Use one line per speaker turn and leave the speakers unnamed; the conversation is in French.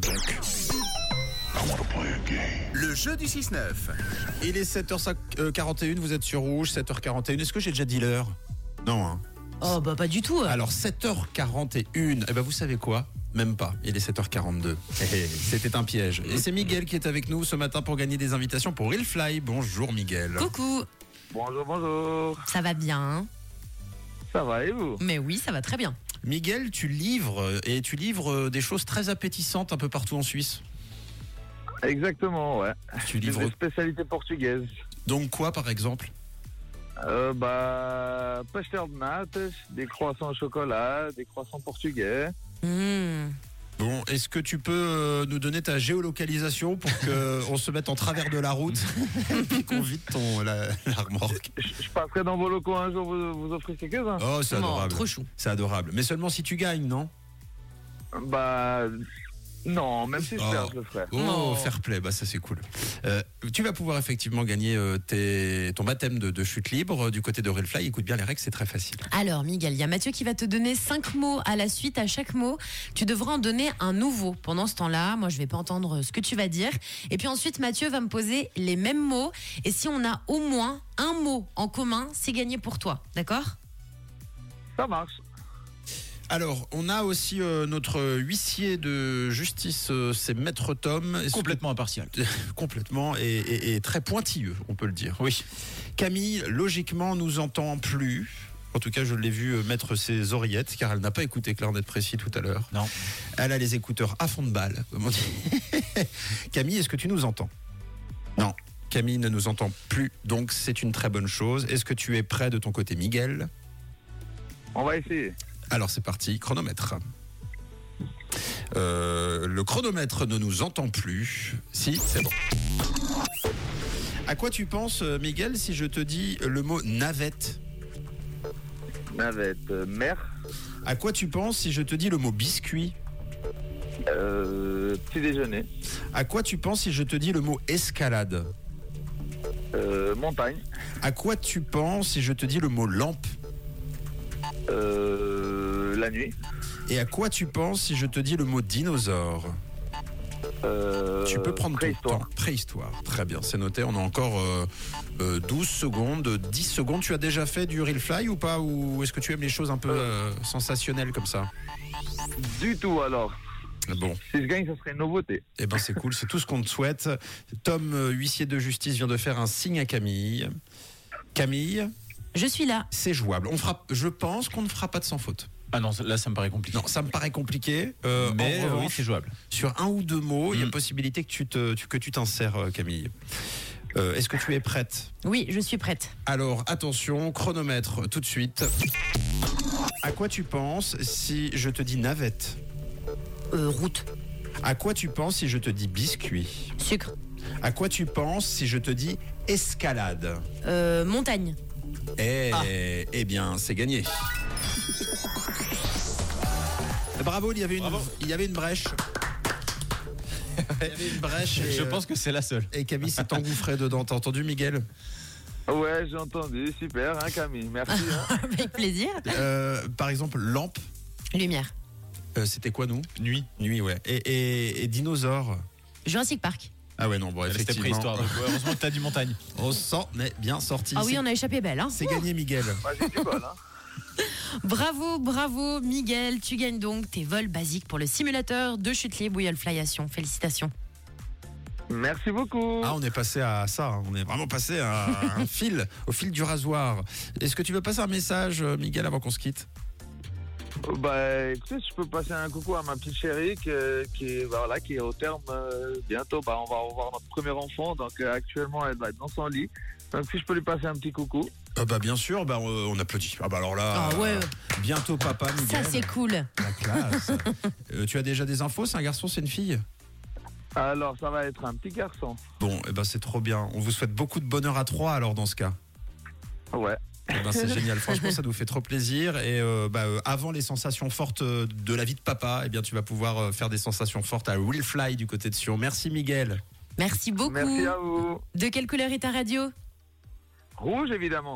bloc.
Le jeu du 6-9.
Il est 7h41, vous êtes sur Rouge, 7h41. Est-ce que j'ai déjà dit l'heure Non, hein.
Oh bah pas du tout.
Alors 7h41, eh ben vous savez quoi Même pas, il est 7h42. Eh, eh, C'était un piège. Et c'est Miguel qui est avec nous ce matin pour gagner des invitations pour Real Fly. Bonjour Miguel.
Coucou.
Bonjour, bonjour.
Ça va bien. hein
Ça va et vous
Mais oui, ça va très bien.
Miguel, tu livres euh, et tu livres des choses très appétissantes un peu partout en Suisse.
Exactement, ouais.
Tu livres
Des spécialités portugaises.
donc quoi par exemple
Euh, bah, pastel de nates, des croissants au chocolat, des croissants portugais.
Hmm.
Bon, est-ce que tu peux euh, nous donner ta géolocalisation pour que on se mette en travers de la route et qu'on vide ton la, la remorque
Je je passerai dans vos locaux un jour, vous, vous offrir quelques-uns
Oh, c'est
Comment,
adorable.
trop chou.
C'est adorable. Mais seulement si tu gagnes, non
Bah, non, même si je
Oh.
perds, je le ferai.
Oh,
Oh.
fair play, bah ça c'est cool. Euh, tu vas pouvoir effectivement gagner euh, tes- ton baptême de, de chute libre euh, du côté de Railfly. Écoute bien les règles, c'est très facile.
Alors Miguel, il y a Mathieu qui va te donner cinq mots à la suite à chaque mot. Tu devras en donner un nouveau. Pendant ce temps-là, moi je vais pas entendre euh, ce que tu vas dire. Et puis ensuite Mathieu va me poser les mêmes mots. Et si on a au moins un mot en commun, c'est gagné pour toi. D'accord
Ça marche.
Alors, on a aussi euh, notre huissier de justice, euh, c'est Maître Tom. Est-ce que-
Complètement impartial.
complètement et, et- et très pointilleux, on peut le dire. Oui. Camille, logiquement, nous entend plus. En tout cas, je l'ai vu euh, mettre ses oreillettes, car elle n'a pas écouté Claire d'être précis tout à l'heure.
Non.
Elle a les écouteurs à fond de balle, comme on dit. Camille, est-ce que tu nous entends Non. Camille ne nous entend plus, donc c'est une très bonne chose. Est-ce que tu es prêt de ton côté, Miguel
On va essayer.
Alors c'est parti, chronomètre. Euh, le chronomètre ne nous entend plus. Si, c'est bon. À quoi tu penses, euh, Miguel, si je te dis le mot navette
Navette, euh, mer,
À quoi tu penses si je te dis le mot biscuit
euh, petit déjeuner,
À quoi tu penses si je te dis le mot escalade
euh, montagne,
À quoi tu penses si je te dis le mot lampe
euh, la nuit.
Et à quoi tu penses si je te dis le mot dinosaure
euh,
Tu peux prendre ton
préhistoire.
temps. Préhistoire. Très bien, c'est noté. On a encore euh, euh, 12 secondes, 10 secondes. Tu as déjà fait du real fly ou pas Ou est-ce que tu aimes les choses un peu euh, sensationnelles comme ça
Du tout alors.
Bon,
Si je gagne, ce serait une nouveauté.
eh ben c'est cool, c'est tout ce qu'on te souhaite. Tom, euh, huissier de justice, vient de faire un signe à Camille. Camille,
Je suis là.
c'est jouable. On fera, je pense qu'on ne fera pas de sans faute.
Ah non, là ça me paraît compliqué.
Non, ça me paraît compliqué. Euh,
mais
en
euh, oui,
revanche,
c'est jouable.
sur un ou deux mots, il y a
Mm.
possibilité que tu te- tu- que tu t'insères, euh, Camille. Euh, Est-ce que tu es prête
Oui, je suis prête.
Alors attention, chronomètre tout de suite. À quoi tu penses si je te dis navette
Euh, route,
À quoi tu penses si je te dis biscuit
sucre,
À quoi tu penses si je te dis escalade
euh, montagne.
Eh, eh bien, c'est gagné. Bravo, il y avait une, il y avait une brèche. Il y avait une brèche. Et,
Je
euh,
pense que c'est la seule.
et Camille s'est engouffrée dedans. T'as entendu, Miguel
Ouais, j'ai entendu. Super, hein, Camille. Merci. hein.
Avec plaisir.
Euh, Par exemple, lampe.
Lumière.
Euh, C'était quoi, nous
Nuit.
Nuit, ouais. Et, et, et dinosaure.
Jurassic Park.
Ah ouais, non, bon,
Elle était préhistoire.
effectivement.
donc, ouais, heureusement que t'as du montagne.
On s'en est bien sorti.
Ah oui,
C'est-
on a échappé belle. Hein.
C'est gagné, Miguel.
Moi, j'ai du bol, hein.
Bravo, bravo, Miguel. Tu gagnes donc tes vols basiques pour le simulateur de chute libre Wheel Flyation. Félicitations.
Merci beaucoup.
Ah, on est passé à ça. hein. On est vraiment passé à un fil, au fil du rasoir. Est-ce que tu veux passer un message, euh, Miguel, avant qu'on se quitte
Bah écoutez, je peux passer un coucou à ma petite chérie que- qui, est- bah, voilà, qui est au terme euh, bientôt. Bah, on va revoir notre premier enfant. Donc euh, actuellement, elle doit être dans son lit. Donc si je peux lui passer un petit coucou.
Ah bah bien sûr, bah, euh, on applaudit. Ah bah alors là,
Ah ouais.
euh, bientôt papa,
Ça,
Miguel.
c'est cool.
la classe. Euh, tu as déjà des infos C'est un garçon, c'est une fille
Alors ça va être un petit garçon.
Bon, eh ben c'est trop bien. On vous souhaite beaucoup de bonheur à trois alors dans ce cas.
Ouais.
Eh ben, c'est génial, franchement ça nous fait trop plaisir et euh, bah, euh, avant les sensations fortes euh, de la vie de papa, eh bien tu vas pouvoir euh, faire des sensations fortes à Will Fly du côté de Sion. Merci Miguel.
Merci beaucoup.
Merci à vous.
De quelle couleur est ta radio
Rouge évidemment.